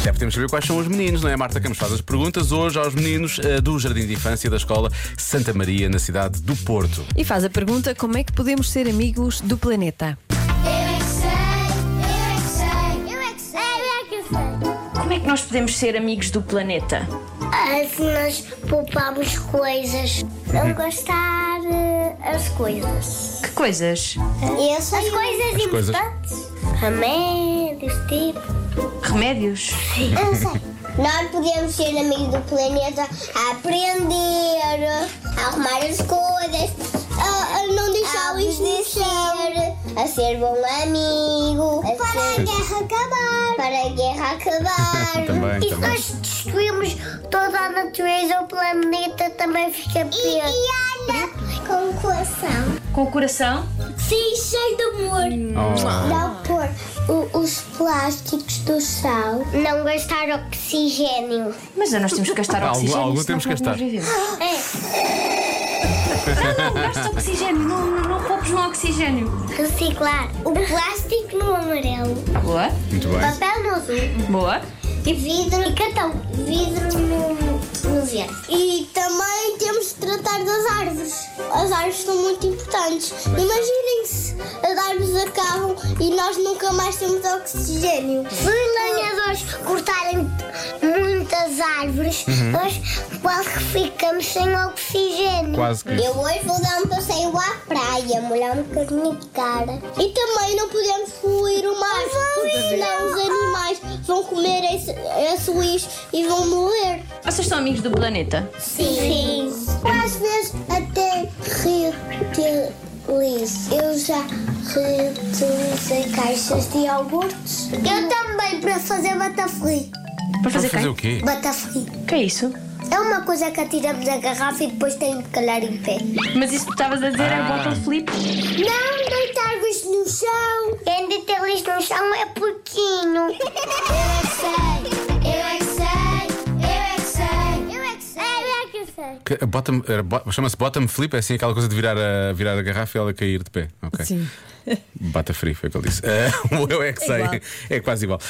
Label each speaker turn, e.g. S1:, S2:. S1: Já podemos saber quais são os meninos, não é? A Marta Campos faz as perguntas hoje aos meninos eh, do Jardim de Infância da Escola Santa Maria, na cidade do Porto.
S2: E faz a pergunta: como é que podemos ser amigos do planeta?
S3: Eu é que sei, eu é que sei, eu é que sei, eu é que sei.
S4: Como é que nós podemos ser amigos do planeta?
S3: Ah, se nós poupamos coisas, não gastar as coisas.
S4: Que coisas?
S3: as coisas
S1: coisas.
S3: importantes. Remédios, tipo.
S4: Remédios?
S3: Eu não sei. Nós podemos ser amigos do planeta a aprender, a arrumar as coisas, a, não deixar os descer, a ser bom amigo, para a guerra acabar. Para a guerra acabar.
S1: Também,
S3: e se
S1: também.
S3: nós destruímos toda a natureza, o planeta também fica pior. né? E, olha, com coração.
S4: Com o coração?
S3: Sim, cheio de
S1: Hum.
S3: amor.
S1: Ah,
S3: Não pôr o- os plásticos do sal. Não gastar oxigênio.
S4: Mas nós temos que gastar
S1: Algo-
S4: oxigênio.
S1: algo
S4: senão
S1: temos que
S4: nós não
S1: gastar.
S4: vivemos.
S3: É,
S4: Não gastes oxigênio, não, não, não poupes no oxigênio.
S3: reciclar. O plástico no amarelo.
S2: Tá
S4: Boa,
S1: Muito bem.
S3: Papel no azul.
S4: boa.
S3: E vidro. E cartão. Vidro no, no verde. E também temos de tratar das árvores. As árvores são muito importantes. Imaginem-se, as árvores acabam e nós nunca mais temos oxigênio. Se lenhadores cortarem muitas árvores,
S1: Uhum.
S3: nós quase que ficamos sem oxigênio.
S1: Quase que.
S3: Eu hoje vou dar um passeio à praia, molhar um bocadinho de cara. E também não podemos poluir o mar, porque senão os animais vão comer esse, esse lixo e vão morrer.
S4: Vocês são amigos do planeta?
S3: Sim. Às vezes até reutilizo. Eu já reutilizei caixas de iogurtes. Eu também, para fazer batafri.
S4: Para
S1: Para
S4: fazer,
S1: fazer
S4: quem?
S1: o quê?
S3: Batafri.
S4: O que é isso?
S3: É uma coisa que atiramos da garrafa e depois tem de calar em pé.
S4: Mas isso que tu estavas a dizer era
S1: Ah.
S4: bottle flip?
S3: Não deitar lhes no chão. Quem deitar lhes no chão é porquinho. Eu é que sei, eu é que sei, eu é que sei, eu é que sei, eu é que sei.
S1: Que- bottom- era bo- Chama-se bottom flip, é assim aquela coisa de virar a, virar a garrafa e ela cair de pé. Ok.
S2: Sim.
S1: Bata frio, foi o que ele disse. Eh, o eu é que sei.
S2: igual.
S1: É quase igual.